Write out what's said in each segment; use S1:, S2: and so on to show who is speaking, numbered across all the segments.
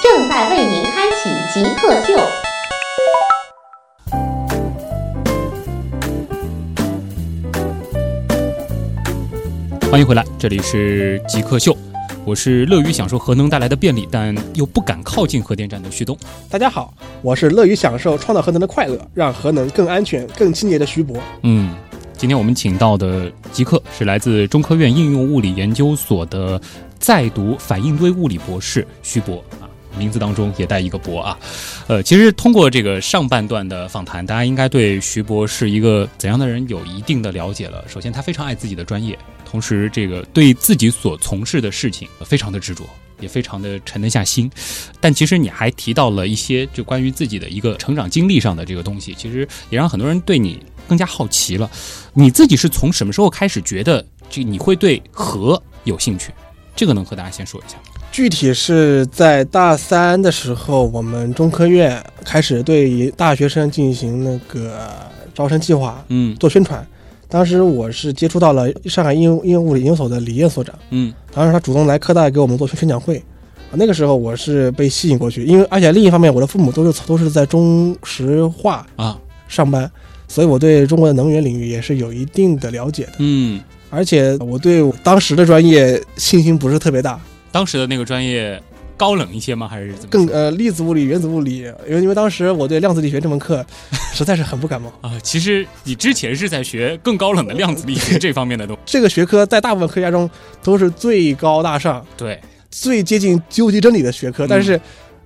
S1: 正在为您开启极客秀，
S2: 欢迎回来，这里是极客秀，我是乐于享受核能带来的便利，但又不敢靠近核电站的旭东。
S3: 大家好，我是乐于享受创造核能的快乐，让核能更安全、更清洁的徐博。
S2: 嗯，今天我们请到的极客是来自中科院应用物理研究所的在读反应堆物理博士徐博啊，名字当中也带一个“博”啊。呃，其实通过这个上半段的访谈，大家应该对徐博是一个怎样的人有一定的了解了。首先，他非常爱自己的专业，同时这个对自己所从事的事情呃非常的执着。也非常的沉得下心，但其实你还提到了一些就关于自己的一个成长经历上的这个东西，其实也让很多人对你更加好奇了。你自己是从什么时候开始觉得这你会对核有兴趣？这个能和大家先说一下。
S3: 具体是在大三的时候，我们中科院开始对大学生进行那个招生计划
S2: 嗯
S3: 做宣传。当时我是接触到了上海应用应用物理研究所的李燕所长，
S2: 嗯
S3: 当时他主动来科大给我们做宣讲会。啊，那个时候我是被吸引过去，因为而且另一方面，我的父母都是都是在中石化
S2: 啊
S3: 上班，所以我对中国的能源领域也是有一定的了解的。
S2: 嗯，
S3: 而且我对我当时的专业信心不是特别大，
S2: 当时的那个专业高冷一些吗？还是怎么
S3: 更
S2: 说
S3: 呃粒子物理、原子物理，因为因为当时我对量子力学这门课 实在是很不感冒。
S2: 啊？其实你之前是在学更高冷的量子力学这方面的东西。
S3: 这个学科在大部分科学家中都是最高大上、
S2: 对，
S3: 最接近究极真理的学科，
S2: 嗯
S3: 但是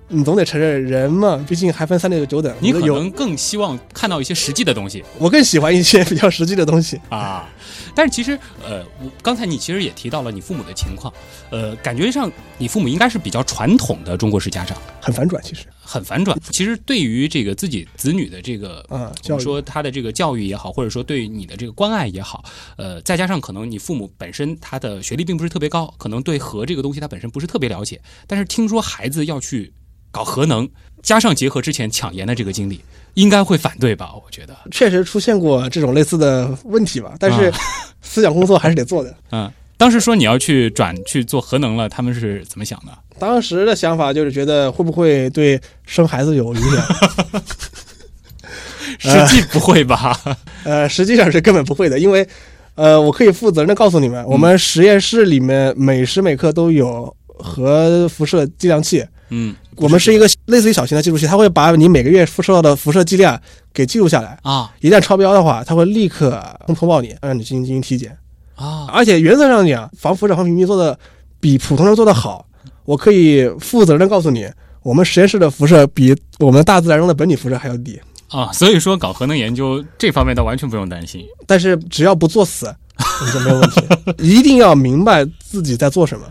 S3: 你总得承认，人嘛，毕竟还分三六九等，
S2: 你可
S3: 有
S2: 能更希望看到一些实际的东西。
S3: 我更喜欢一些比较实际的东西。
S2: 啊，但是其实，呃，我刚才你其实也提到了你父母的情况，呃，感觉上你父母应该是比较传统的中国式家长，
S3: 很反转，其实
S2: 很反转。其实对于这个自己子女的这个，
S3: 啊，
S2: 我
S3: 教
S2: 们嗯
S3: 育
S2: 说他的这个教育也好，或者说对你的这个关爱也好，呃，再加上可能你父母本身他的学历并不是特别高，可能对核这个东西他本身不是特别了解，但是听说孩子要去搞核能，加上结合之前抢盐的这个经历，应该会反对吧？我觉得，
S3: 确实出现过这种类似的问题吧，但是
S2: 啊
S3: 思想工作还是得做的。
S2: 嗯，当时说你要去转去做核能了，他们是怎么想的？
S3: 当时的想法就是觉得会不会对生孩子有影响？
S2: 实际不会 吧？
S3: 呃，实际上是根本不会的，因为，呃，我可以负责任的告诉你们，我们实验室里面每时每刻都有核辐射计量器，
S2: 嗯，
S3: 我们是一个类似于小型的计数器，它会把你每个月辐射到的辐射剂量给记录下来。
S2: 啊
S3: 一旦超标的话，它会立刻通报你，让你进行进行体检。
S2: 啊，
S3: 而且原则上讲，防辐射、防屏蔽做的比普通人做的好。我可以负责任的告诉你，我们实验室的辐射比我们大自然中的本体辐射还要低。
S2: 啊，所以说搞核能研究这方面倒完全不用担心。
S3: 但是只要不作死，你 就没有问题。一定要明白自己在做什么。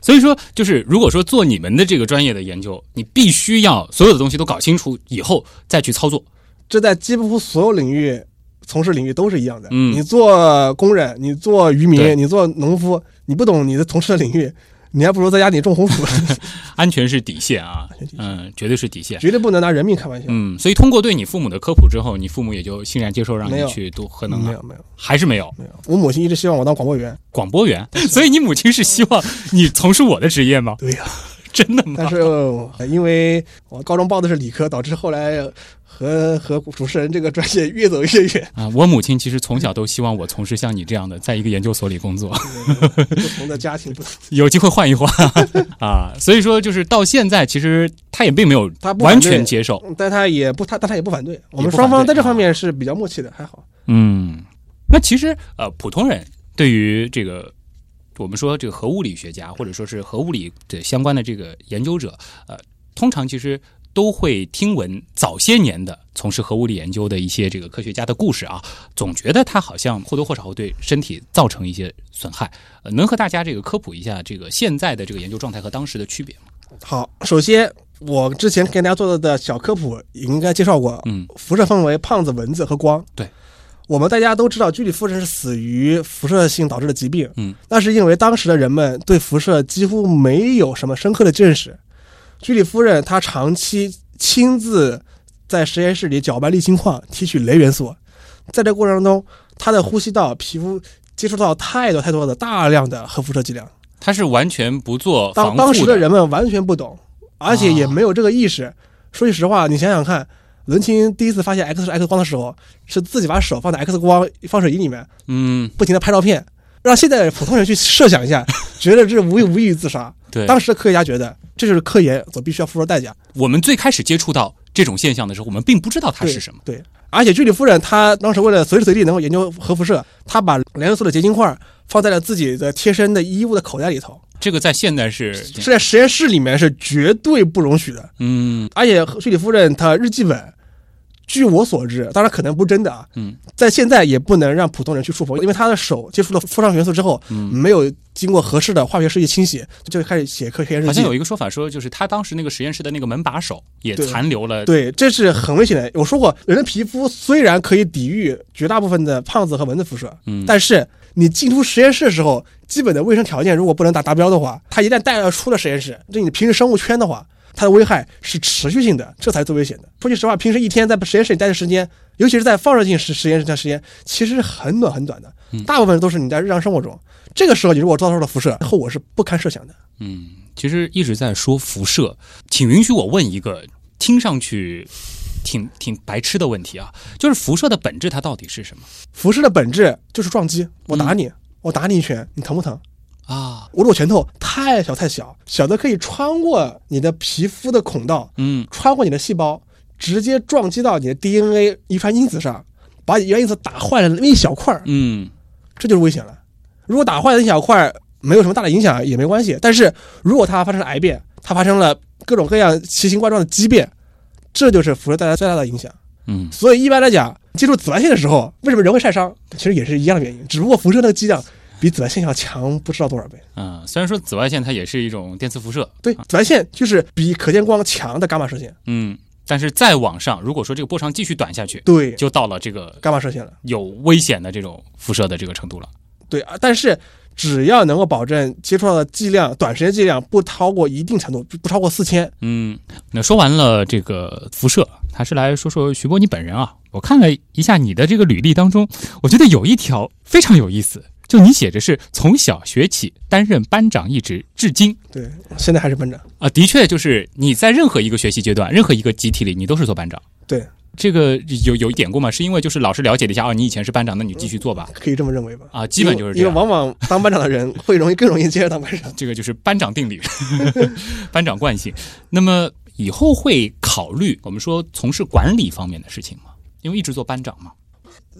S2: 所以说，就是如果说做你们的这个专业的研究，你必须要所有的东西都搞清楚以后再去操作。
S3: 这在几乎所有领域、从事领域都是一样的。
S2: 嗯
S3: 你做工人，你做
S2: 对
S3: 渔民，你做农夫，你不懂你的从事的领域，你还不如在家里种红 薯，
S2: 安全是底线 啊
S3: 全底，线
S2: 嗯，绝对是底线。
S3: 绝对不能拿人命开玩笑。
S2: 嗯，所以通过对你父母的科普之后，你父母也就欣然接受让
S3: 没
S2: 你
S3: 有
S2: 去读核能
S3: 没
S2: 了，
S3: 有没有
S2: 还是没有
S3: 没有，我母亲一直希望我当广播员。
S2: 广播员？ 所以你母亲是希望你从事我的职业吗？
S3: 对呀、
S2: 真的吗？
S3: 但是、呃因为我高中报的是理科，导致后来和和主持人这个专业越走越远，
S2: 啊，我母亲其实从小都希望我从事像你这样的，在一个研究所里工作，
S3: 不同的家庭不同。
S2: 有机会换一换 啊。所以说，就是到现在，其实她也并没有
S3: 她不反
S2: 完
S3: 对
S2: 全接受。
S3: 嗯但他也不他，但他也不反对。我们
S2: 不反
S3: 双
S2: 对啊
S3: 方在这方面是比较默契的，还好。
S2: 嗯，那其实呃，普通人对于这个。呃我们说这个核物理学家，或者说是核物理的相关的这个研究者，呃，通常其实都会听闻早些年的从事核物理研究的一些这个科学家的故事啊，总觉得他好像或多或少会对身体造成一些损害。呃，能和大家这个科普一下这个现在的这个研究状态和当时的区别吗？
S3: 好，首先我之前给大家做的小科普也应该介绍过，
S2: 嗯，
S3: 辐射分为胖子、蚊子和光。
S2: 对，
S3: 我们大家都知道，居里夫人是死于辐射性导致的疾病。
S2: 嗯，
S3: 那是因为当时的人们对辐射几乎没有什么深刻的认识。居里夫人她长期亲自在实验室里搅拌沥青矿，提取镭元素，在这过程中，她的呼吸道、皮肤接触到太多太多的大量的核辐射剂量。
S2: 他是完全不做呃防护啊
S3: 当当时的人们完全不懂，而且也没有这个意识。说句实话，你想想看，伦琴第一次发现 X 是 X 光的时候，是自己把手放在 X 光放射仪里面，
S2: 嗯，
S3: 不停的拍照片，让现在普通人去设想 一下，觉得这是无无异于自杀。
S2: 对。
S3: 当时的科学家觉得这就是科研所必须要付出的代价。
S2: 我们最开始接触到这种现象的时候，我们并不知道它
S3: 对
S2: 是什么。
S3: 对，而且居里夫人她当时为了随时随地能够研究核辐射，她把连元素的结晶块放在了自己的贴身的衣物的口袋里头，
S2: 这个在现代是
S3: 是在实验室里面是绝对不容许的。
S2: 嗯
S3: 而且居里夫人她日记本，据我所知，当然可能不是真的啊，
S2: 嗯，
S3: 在现在也不能让普通人去触碰，因为她的手接触了富商元素之后，
S2: 嗯
S3: 没有经过合适的化学试剂清洗，就开始写科学日
S2: 好像
S3: 记
S2: 有。一个说法说，就是他当时那个实验室的那个门把手也
S3: 对
S2: 残留了。
S3: 对，这是很危险的。我说过，人的皮肤虽然可以抵御绝大部分的胖子和蚊子辐射，
S2: 嗯
S3: 但是你进出实验室的时候，基本的卫生条件如果不能达达标的话，它一旦带了出了实验室，这你平时生物圈的话，它的危害是持续性的，这才是最危险的。说句实话，平时一天在实验室里待的时间，尤其是在放射性实实验室的时间，其实是很短很短的，大部分都是你在日常生活中。这个时候，你如果遭受了辐射，后果是不堪设想的。
S2: 嗯，其实一直在说辐射，请允许我问一个听上去挺挺白痴的问题啊，就是辐射的本质它到底是什么
S3: 辐射的本质就是撞击，我打你，我打你一拳，你疼不疼？
S2: 啊？
S3: 我裸拳头太小太小，小的可以穿过你的皮肤的孔道，
S2: 嗯
S3: 穿过你的细胞，直接撞击到你的 DNA 遗传因子上，把你原因子打坏了那么一小块儿，
S2: 嗯，
S3: 这就是危险了。如果打坏了一小块儿，没有什么大的影响也没关系，但是如果它发生了癌变，它发生了各种各样奇形怪状的畸变，这就是辐射带来最大的影响。
S2: 嗯，
S3: 所以一般来讲，接触紫外线的时候，为什么人会晒伤？其实也是一样的原因，只不过辐射的剂量比紫外线要强不知道多少倍。
S2: 啊，虽然说紫外线它也是一种电磁辐射，
S3: 对，紫外线就是比可见光强的伽马射线，
S2: 嗯，但是再往上，如果说这个波长继续短下去，
S3: 对，
S2: 就到了这个
S3: 伽马射线了。
S2: 有危险的这种辐射的这个程度了。
S3: 对啊，但是只要能够保证接触到的剂量，短时间剂量不超过一定程度，不不超过四千，
S2: 嗯，那说完了这个辐射，还是来说说徐波你本人啊。我看了一下你的这个履历当中，我觉得有一条非常有意思，就你写着是从小学起担任班长一职，至今
S3: 对，现在还是班长。
S2: 啊，的确就是你在任何一个学习阶段、任何一个集体里，你都是做班长。
S3: 对，
S2: 这个有有一典故吗？是因为就是老师了解了一下，哦，你以前是班长，那你继续做吧。
S3: 可以这么认为吧？
S2: 啊，基本就是这
S3: 因为
S2: 样。
S3: 往往当班长的人会容易更容易接着当班长。
S2: 这个就是班长定律， 班长惯性。那么以后会考虑我们说从事管理方面的事情吗？因为一直做班长嘛。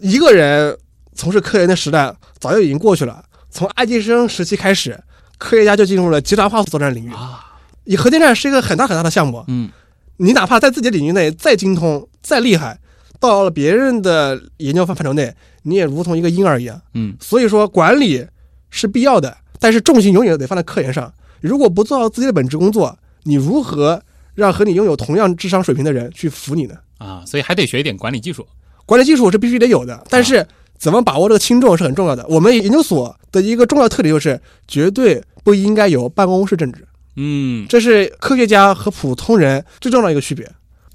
S3: 一个人从事科研的时代早就已经过去了，从爱迪生时期开始，科学家就进入了极大化作战领域
S2: 啊。
S3: 以核电站是一个很大很大的项目，
S2: 嗯
S3: 你哪怕在自己的领域内再精通、再厉害，到了别人的研究范范畴内，你也如同一个婴儿一样。
S2: 嗯
S3: 所以说，管理是必要的，但是重心永远得放在科研上。如果不做好自己的本职工作，你如何让和你拥有同样智商水平的人去服你呢？
S2: 啊，所以还得学一点管理技术。
S3: 管理技术是必须得有
S2: 啊
S3: 的，但是怎么把握这个轻重是很重要的。我们研究所的一个重要特点就是，绝对不应该有办公室政治，
S2: 嗯，
S3: 这是科学家和普通人最重要的一个区别。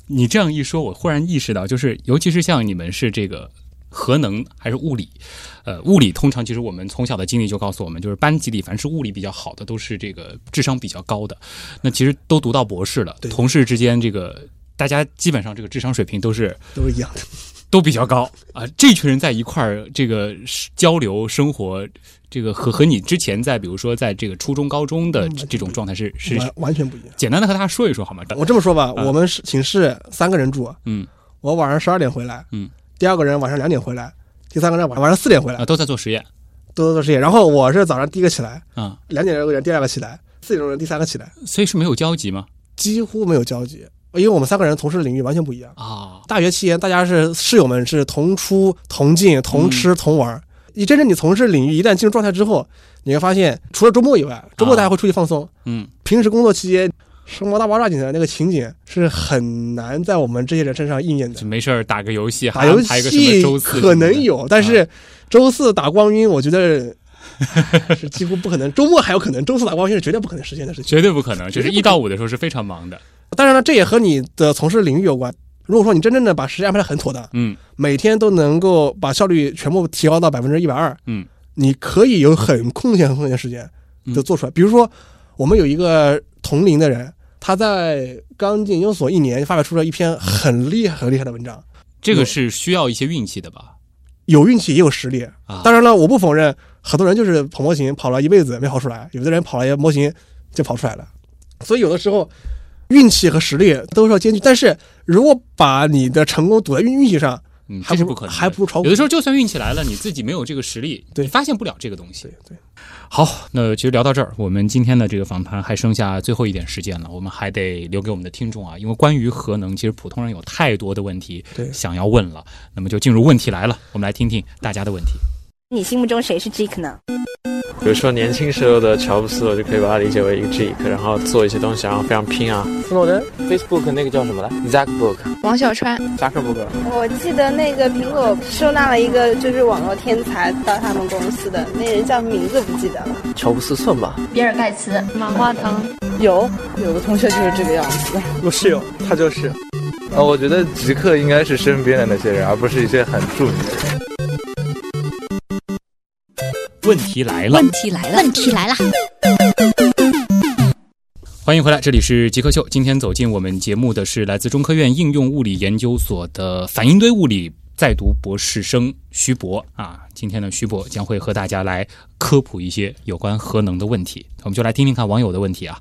S2: 你这样一说，我忽然意识到，就是尤其是像你们是这个核能还是物理，呃，物理通常其实我们从小的经历就告诉我们，就是班级里凡是物理比较好的，都是这个智商比较高的。那其实都读到博士了，
S3: 对
S2: 同事之间这个大家基本上这个智商水平都是
S3: 都是一样的，
S2: 都比较高啊。这群人在一块儿，这个是交流生活，这个和和你之前在比如说在这个初中、高中
S3: 嗯
S2: 的这这种状态是是
S3: 完完全不一样。
S2: 简单的和大家说一说好吗？
S3: 我这么说吧，
S2: 啊
S3: 我们是寝室三个人住，
S2: 嗯，
S3: 我晚上十二点回来，
S2: 嗯，
S3: 第二个人晚上两点回来，第三个人晚晚上四点回来
S2: 啊，，都在做实验
S3: 都都做实验。然后我是早上第一个起来，
S2: 啊，
S3: 两点钟人第二个起来，四点钟人第三个起来，
S2: 所以是没有交集吗？
S3: 几乎没有交集，因为我们三个人从事的领域完全不一样。
S2: 啊，
S3: 大学期间，大家是室友们是同出同进、同
S2: 嗯
S3: 吃同玩儿。你真正你从事领域一旦
S2: 啊
S3: 进入状态之后，你会发现，除了周末以外，周末大家会出去放松，
S2: 嗯
S3: 平时工作期间生活大爆炸》里的那个情景是很难在我们这些人身上应验的
S2: 就。没事儿打个游戏，
S3: 打
S2: 还
S3: 游
S2: 安排个什么
S3: 戏
S2: 周四
S3: 可
S2: 什么的啊
S3: 能有，但是周四打光晕，我 觉得是几乎不可能。周末还有可能，周四打光晕是绝对不可能实现的事情。
S2: 绝对不可能，就
S3: 绝
S2: 是
S3: 对不
S2: 一到五的时候是非常忙的。
S3: 当然了，这也和你的从事领域有关。如果说你真正的把时间安排的很妥当，
S2: 嗯，
S3: 每天都能够把效率全部提高到百分之一百二，
S2: 嗯，
S3: 你可以有很空闲、很空闲的时间
S2: 嗯
S3: 就做出来。比如说，我们有一个同龄的人，他在刚进研究所一年，发表出了一篇很厉害、很厉害的文章，
S2: 这个
S3: 有
S2: 是需要一些运气的吧？
S3: 有运气也有实力。
S2: 啊，
S3: 当然了，我不否认，很多人就是跑模型跑了一辈子没跑出来，有的人跑了模型就跑出来了。所以有的时候，运气和实力都是要兼具。但是如果把你的成功赌在运运气上，
S2: 嗯，这
S3: 还
S2: 是
S3: 不如
S2: 可能的。
S3: 还不如炒股
S2: 有的时候就算运气来了，你自己没有这个实力，
S3: 对
S2: 你发现不了这个东西
S3: 对。对，
S2: 好，那其实聊到这儿，我们今天的这个访谈还剩下最后一点时间了，我们还得留给我们的听众啊，因为关于核能，其实普通人有太多的问题
S3: 对
S2: 想要问了，那么就进入问题来了，我们来听听大家的问题。
S4: 你心目中谁是 Jake 呢？
S5: 比如说年轻时候的乔布斯，我就可以把它理解为一个 geek，然后做一些东西，然后非常拼啊。
S6: 斯诺登，Facebook 那个叫什么来？Zackbook，
S7: 王小川，
S6: 扎克伯格。
S8: 我记得那个苹果收纳了一个就是网络天才到他们公司的那人叫名字不记得了。
S6: 乔布斯算吧，
S7: 比尔盖茨，马化腾，
S8: 有有个同学就是这个样子。
S6: 我室友，他就是。
S9: 呃，我觉得极客应该是身边的那些人，而不是一些很著名的人。
S2: 问题来了，
S4: 题来
S1: 问题来了。
S2: 欢迎回来，这里是极客秀。今天走进我们节目的是来自中科院应用物理研究所的反应堆物理在读博士生徐博啊。今天呢，徐博将会和大家来科普一些有关核能的问题。我们就来听听看网友的问题啊。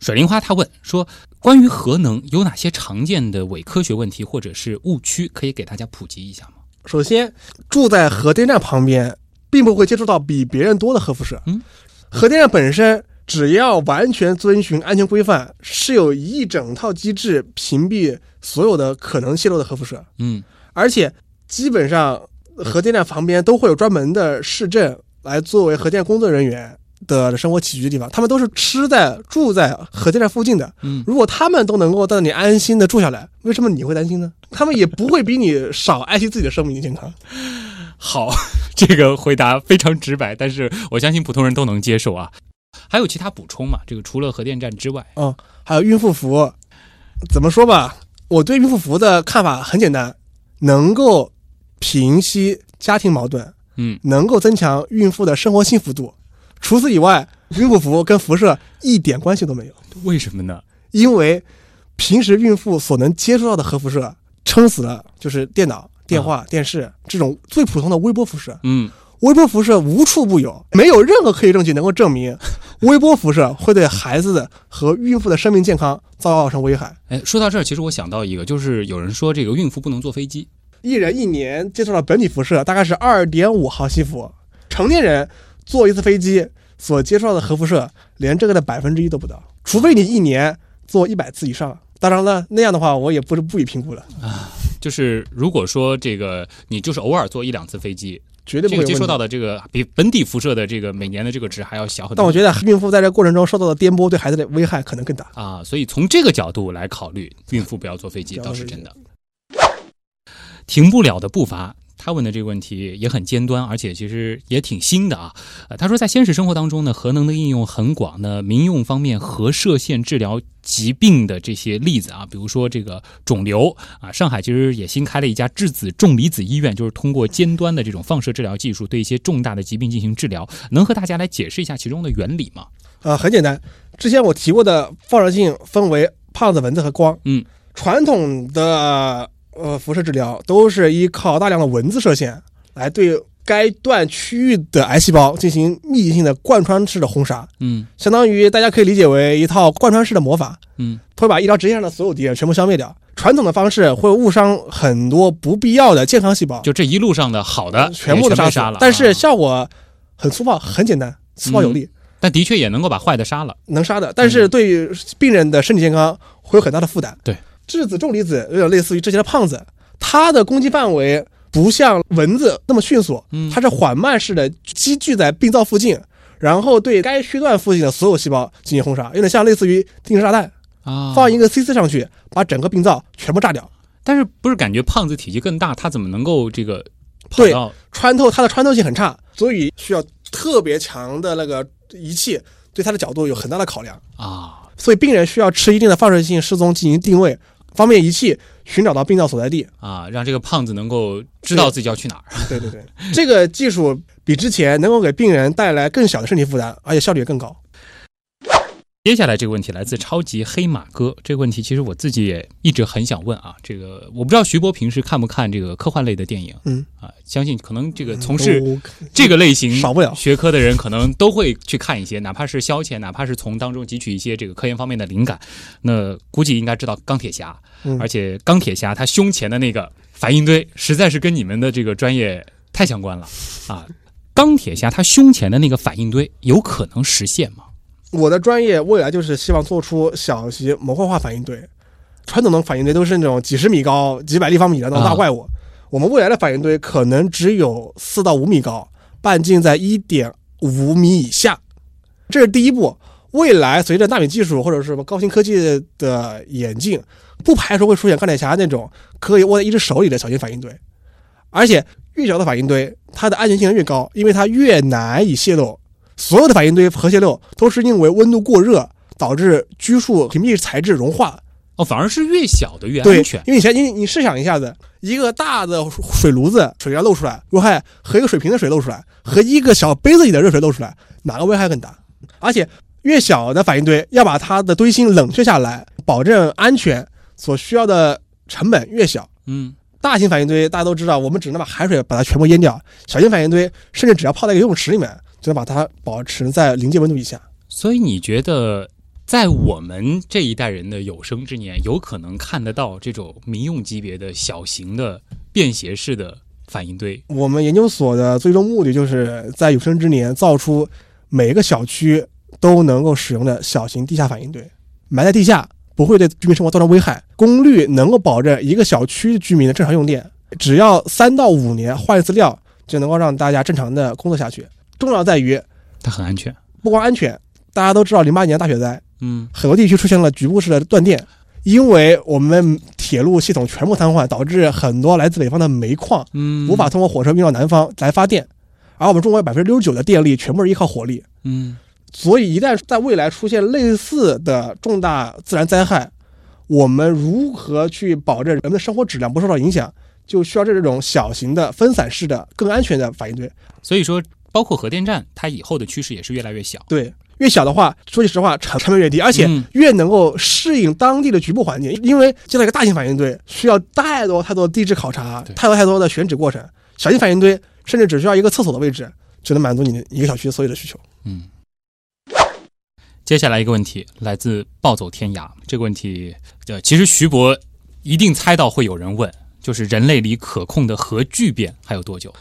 S2: 水灵花他问说，关于核能有哪些常见的伪科学问题或者是误区，可以给大家普及一下吗？
S3: 首先住在核电站旁边，并不会接触到比别人多的核辐射。
S2: 嗯，
S3: 核电站本身只要完全遵循安全规范，是有一整套机制屏蔽所有的可能泄露的核辐射。
S2: 嗯
S3: 而且基本上核电站旁边都会有专门的市政来作为核电工作人员的生活起居地方，他们都是吃在住在核电站附近的。
S2: 嗯，
S3: 如果他们都能够在那里安心的住下来，为什么你会担心呢？他们也不会比你少爱惜自己的生命健康。
S2: 好， 这个回答非常直白，但是我相信普通人都能接受啊。还有其他补充吗？这个除了核电站之外，
S3: 还有孕妇服，怎么说吧？我对孕妇服的看法很简单，能够平息家庭矛盾，
S2: 嗯，
S3: 能够增强孕妇的生活幸福度。除此以外，孕妇服跟辐射一点关系都没有，
S2: 为什么呢？
S3: 因为平时孕妇所能接触到的核辐射，撑死了就是电脑、电话、电视这种最普通的微波辐射。
S2: 嗯，
S3: 微波辐射无处不有，没有任何科学证据能够 证明微波辐射会对孩子的和孕妇的生命健康造成危害。
S2: 哎，说到这儿，其实我想到一个，就是有人说这个孕妇不能坐飞机，
S3: 一人一年接受到本体辐射大概是二点五毫西弗，成年人坐一次飞机所接受到的核辐射连这个的百分之一都不到，除非你一年坐一百次以上。当然了，那样的话我也不是不予评估了，
S2: 就是如果说这个你就是偶尔坐一两次飞机，
S3: 绝对
S2: 这
S3: 不会
S2: 个
S3: 有问题。
S2: 接收到的这个比本地辐射的这个每年的这个值还要小很多。
S3: 但我觉得孕妇在这过程中受到的颠簸对孩子的危害可能更大。
S2: 啊，所以从这个角度来考虑，孕妇不要坐飞机
S3: 不要
S2: 倒
S3: 坐
S2: 是
S3: 飞
S2: 真
S3: 机
S2: 的。停不了的步伐，他问的这个问题也很尖端，而且其实也挺新的啊。呃，他说在现实生活当中呢，核能的应用很广呢，民用方面核射线治疗疾病的这些例子啊，比如说这个肿瘤啊，上海其实也新开了一家质子重离子医院，就是通过尖端的这种放射治疗技术对一些重大的疾病进行治疗，能和大家来解释一下其中的原理吗？
S3: 啊，很简单。之前我提过的放射性分为胖子、蚊子和光。
S2: 嗯，
S3: 传统的呃辐射治疗都是依靠大量的蚊子射线来对该段区域的癌细胞进行密集性的贯穿式的轰杀，
S2: 嗯
S3: 相当于大家可以理解为一套贯穿式的魔法，
S2: 嗯
S3: 会把医疗职业上的所有敌人全部消灭掉。传统的方式会误伤很多不必要的健康细胞，
S2: 就这一路上的好的
S3: 嗯全部
S2: 也
S3: 都
S2: 被
S3: 杀死
S2: 杀了，
S3: 但是
S2: 啊
S3: 效果很粗暴，很简单，粗暴有
S2: 嗯
S3: 力。
S2: 但的确也能够把坏的杀了。
S3: 能杀的，但是对于病人的身体健康会有很大的负担。
S2: 嗯对，
S3: 质子重离子有点类似于之前的胖子，它的攻击范围不像蚊子那么迅速
S2: 嗯，
S3: 它是缓慢式的积聚在病灶附近，然后对该区段附近的所有细胞进行轰杀，有点像类似于定时炸弹，
S2: 啊，
S3: 放一个 CC 上去，把整个病灶全部炸掉，
S2: 但是不是感觉胖子体积更大，他怎么能够这个跑
S3: 对
S2: 到
S3: 穿透它的穿透性很差，所以需要特别强的那个仪器对它的角度有很大的考量，
S2: 啊？
S3: 所以病人需要吃一定的放射性失踪进行定位，方便仪器寻找到病灶所在地。
S2: 啊，让这个胖子能够知道自己要去哪儿
S3: 对对对， 这个技术比之前能够给病人带来更小的身体负担，而且效率也更高。
S2: 接下来这个问题来自超级黑马哥，这个问题其实我自己也一直很想问啊。这个我不知道徐波平时看不看这个科幻类的电影，
S3: 嗯
S2: 啊，相信可能这个从事
S3: 都
S2: 这个类型
S3: 少不了
S2: 学科的人，可能都会去看一些，哪怕是消遣，哪怕是从当中汲取一些这个科研方面的灵感。那估计应该知道钢铁侠，
S3: 嗯
S2: 而且钢铁侠他胸前的那个反应堆，实在是跟你们的这个专业太相关了啊。钢铁侠他胸前的那个反应堆有可能实现吗？
S3: 我的专业未来就是希望做出小型模块化反应堆。传统的反应堆都是那种几十米高、几百立方米的那种
S2: 啊
S3: 大怪物，我们未来的反应堆可能只有四到五米高，半径在一点五米以下。这是第一步。未来随着纳米技术或者是什么高新科技的演进，不排除会出现钢铁侠那种可以握在一只手里的小型反应堆。而且越小的反应堆，它的安全性越高，因为它越难以泄露。所有的反应堆核泄漏都是因为温度过热导致拘束屏蔽材质融化。
S2: 哦，反而是越小的越
S3: 对
S2: 安全，
S3: 因为以前你你试想一下子，一个大的水炉子水源漏出来，危害和一个水瓶的水漏出来，和一个小杯子里的热水漏出来，哪个危害更大？而且越小的反应堆要把它的堆芯冷却下来，保证安全，所需要的成本越小。
S2: 嗯，
S3: 大型反应堆大家都知道，我们只能把海水把它全部淹掉；小型反应堆甚至只要泡在一个游泳池里面，就能把它保持在临界温度以下。
S2: 所以你觉得在我们这一代人的有生之年，有可能看得到这种民用级别的小型的便携式的反应堆？
S3: 我们研究所的最终目的就是在有生之年造出每个小区都能够使用的小型地下反应堆，埋在地下不会对居民生活造成危害，功率能够保证一个小区居民的正常用电，只要三到五年换一次料，就能够让大家正常的工作下去。重要在于
S2: 它很安全。
S3: 不光安全，大家都知道零八年大雪灾，
S2: 嗯，
S3: 很多地区出现了局部式的断电，因为我们铁路系统全部瘫痪，导致很多来自北方的煤矿
S2: 嗯
S3: 无法通过火车运到南方来发电，而我们中国百分之六十九的电力全部是依靠火力，
S2: 嗯，
S3: 所以一旦在未来出现类似的重大自然灾害，我们如何去保证人们的生活质量不受到影响，就需要这种小型的分散式的更安全的反应堆。
S2: 所以说包括核电站，它以后的趋势也是越来越小。
S3: 对，越小的话，说句实话，成成本越低，而且
S2: 嗯
S3: 越能够适应当地的局部环境。因为建造一个大型反应堆需要太多太多地质考察
S2: 对，
S3: 太多太多的选址过程，小型反应堆甚至只需要一个厕所的位置。就能满足你的一个小区所有的需求。
S2: 嗯。接下来一个问题来自暴走天涯，这个问题，呃，其实徐博一定猜到会有人问，就是人类离可控的核聚变还有多久？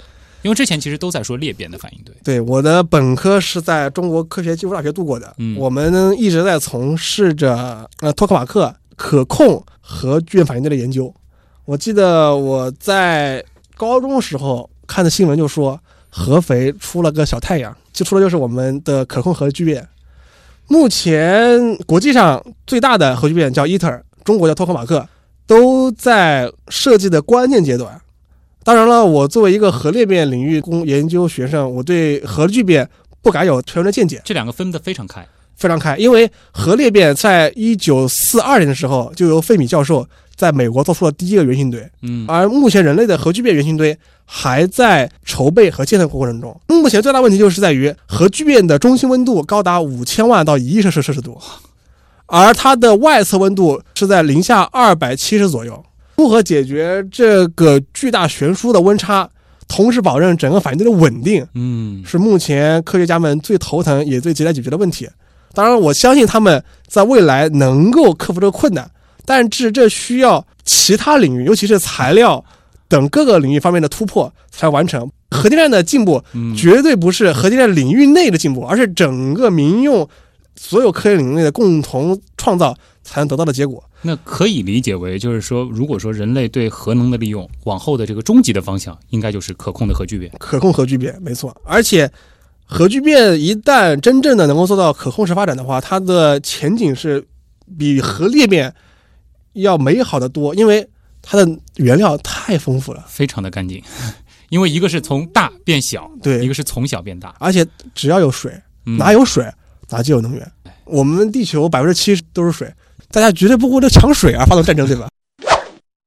S2: 因为之前其实都在说裂变的反应堆，
S3: 对，我的本科是在中国科学技术大学度过的，
S2: 嗯
S3: 我们一直在从事着呃托克马克可控核聚变反应堆的研究。我记得我在高中时候看的新闻就说，合肥出了个小太阳，就出的就是我们的可控核聚变。目前国际上最大的核聚变叫 E ITER，中国叫托克马克，都在设计的关键阶段。当然了，我作为一个核裂变领域工研究学生，我对核聚变不敢有全人的见解，
S2: 这两个分得非常开。
S3: 非常开。因为核裂变在一九四二年的时候，就由费米教授在美国做出了第一个原型堆，
S2: 嗯
S3: 而目前人类的核聚变原型堆还在筹备和建设过程中。目前最大问题就是在于核聚变的中心温度高达五千万到一亿摄氏摄氏度，而它的外侧温度是在零下二百七十左右。如何解决这个巨大悬殊的温差，同时保证整个反应堆的稳定，
S2: 嗯，
S3: 是目前科学家们最头疼也最亟待解决的问题。当然，我相信他们在未来能够克服这个困难，但是这需要其他领域，尤其是材料等各个领域方面的突破才完成。核电站的进步
S2: 嗯
S3: 绝对不是核电站领域内的进步，而是整个民用所有科研领域内的共同创造才能得到的结果。
S2: 那可以理解为，就是说，如果说人类对核能的利用往后的这个终极的方向，应该就是可控的核聚变。
S3: 可控核聚变，没错。而且核聚变一旦真正的能够做到可控式发展的话，它的前景是比核裂变要美好的多，因为它的原料太丰富了。
S2: 非常的干净， 因为一个是从大变小，
S3: 对
S2: 一个是从小变大，
S3: 而且只要有水，
S2: 嗯
S3: 哪有水哪就有能源。我们地球百分之七十都是水，大家绝对不会为了抢水而发动战争，对
S2: 嗯
S3: 吧？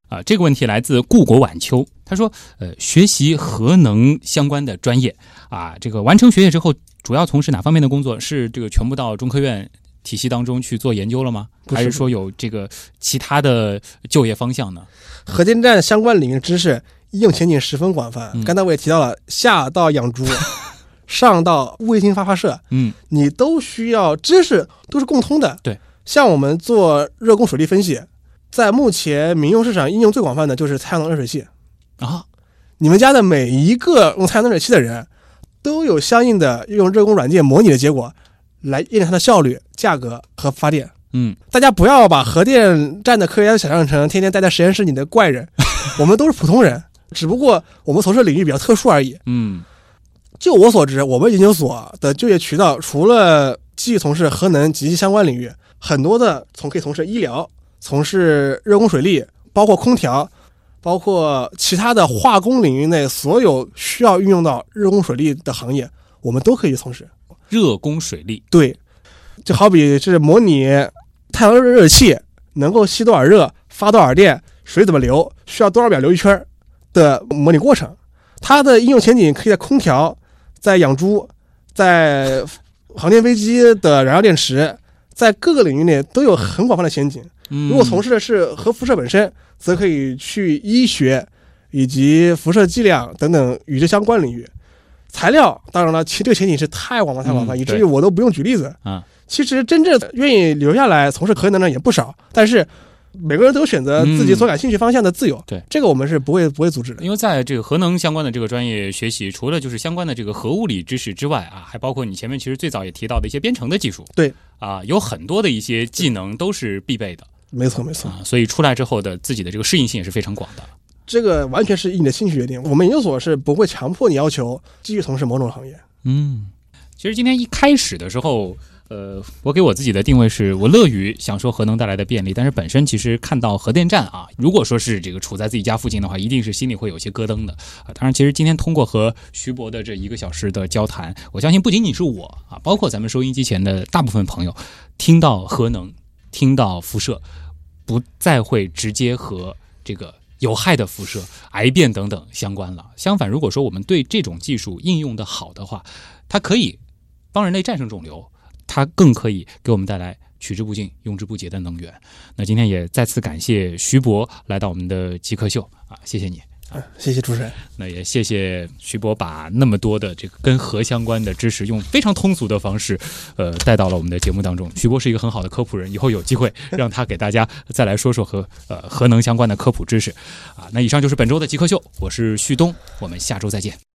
S2: 啊，这个问题来自顾国晚秋，他说，呃，学习核能相关的专业啊，这个完成学业之后，主要从事哪方面的工作？是这个全部到中科院体系当中去做研究了吗？
S3: 不是
S2: 还是说有这个其他的就业方向呢？
S3: 核电站相关领域知识应用前景十分广泛。
S2: 嗯
S3: 刚才我也提到了，下到养 猪，上到卫星发发射，
S2: 嗯，
S3: 你都需要知识都是共通的。
S2: 对，
S3: 像我们做热供水力分析，在目前民用市场应用最广泛的就是太阳能热水器。
S2: 啊，
S3: 你们家的每一个用太阳能热水器的人，都有相应的用热工软件模拟的结果来验证它的效率、价格和发电。
S2: 嗯，
S3: 大家不要把核电站的科学家想象成天天待在实验室里的怪人，我们都是普通人，只不过我们从事的领域比较特殊而已。
S2: 嗯，
S3: 就我所知，我们研究所的就业渠道除了继续从事核能及其相关领域，很多的从可以从事医疗、从事热供水利，包括空调，包括其他的化工领域内所有需要运用到热供水利的行业，我们都可以从事。
S2: 热工水利，
S3: 对，就好比是模拟太阳热水器能够吸多少热、发多少电、水怎么流、需要多少秒流一圈儿的模拟过程。它的应用前景可以在空调、在养猪、在航天飞机的燃料电池，在各个领域内都有很广泛的前景。
S2: 嗯，
S3: 如果从事的是核辐射本身，则可以去医学以及辐射剂量等等与之相关领域。材料当然了，其这个前景是太广泛太广泛，
S2: 嗯
S3: 以至于我都不用举例子。
S2: 嗯，
S3: 其实真正愿意留下来从事科研的人也不少，但是每个人都有选择自己所感兴趣方向的自由。
S2: 对
S3: 这个我们是不会不会阻止的。
S2: 因为在这个核能相关的这个专业学习，除了就是相关的这个核物理知识之外啊，还包括你前面其实最早也提到的一些编程的技术，
S3: 对
S2: 啊，有很多的一些技能都是必备的
S3: 没错没错，
S2: 啊，所以出来之后的自己的这个适应性也是非常广的。
S3: 这个完全是以你的兴趣决定。我们研究所是不会强迫你要求继续从事某种行业。
S2: 嗯，其实今天一开始的时候，呃，我给我自己的定位是我乐于享受核能带来的便利，但是本身其实看到核电站啊，如果说是这个处在自己家附近的话，一定是心里会有些咯噔的啊。当然，其实今天通过和徐博的这一个小时的交谈，我相信不仅仅是我啊，包括咱们收音机前的大部分朋友，听到核能，听到辐射，不再会直接和这个有害的辐射、癌变等等相关了。相反，如果说我们对这种技术应用的好的话，它可以帮人类战胜肿瘤，它更可以给我们带来取之不尽、用之不竭的能源。那今天也再次感谢徐博来到我们的极客秀啊，谢谢你。
S3: 谢谢主持人。
S2: 那也谢谢徐博把那么多的这个跟核相关的知识，用非常通俗的方式，呃，带到了我们的节目当中。徐博是一个很好的科普人，以后有机会让他给大家再来说说和呃核能相关的科普知识。啊，那以上就是本周的极客秀，我是旭东，我们下周再见。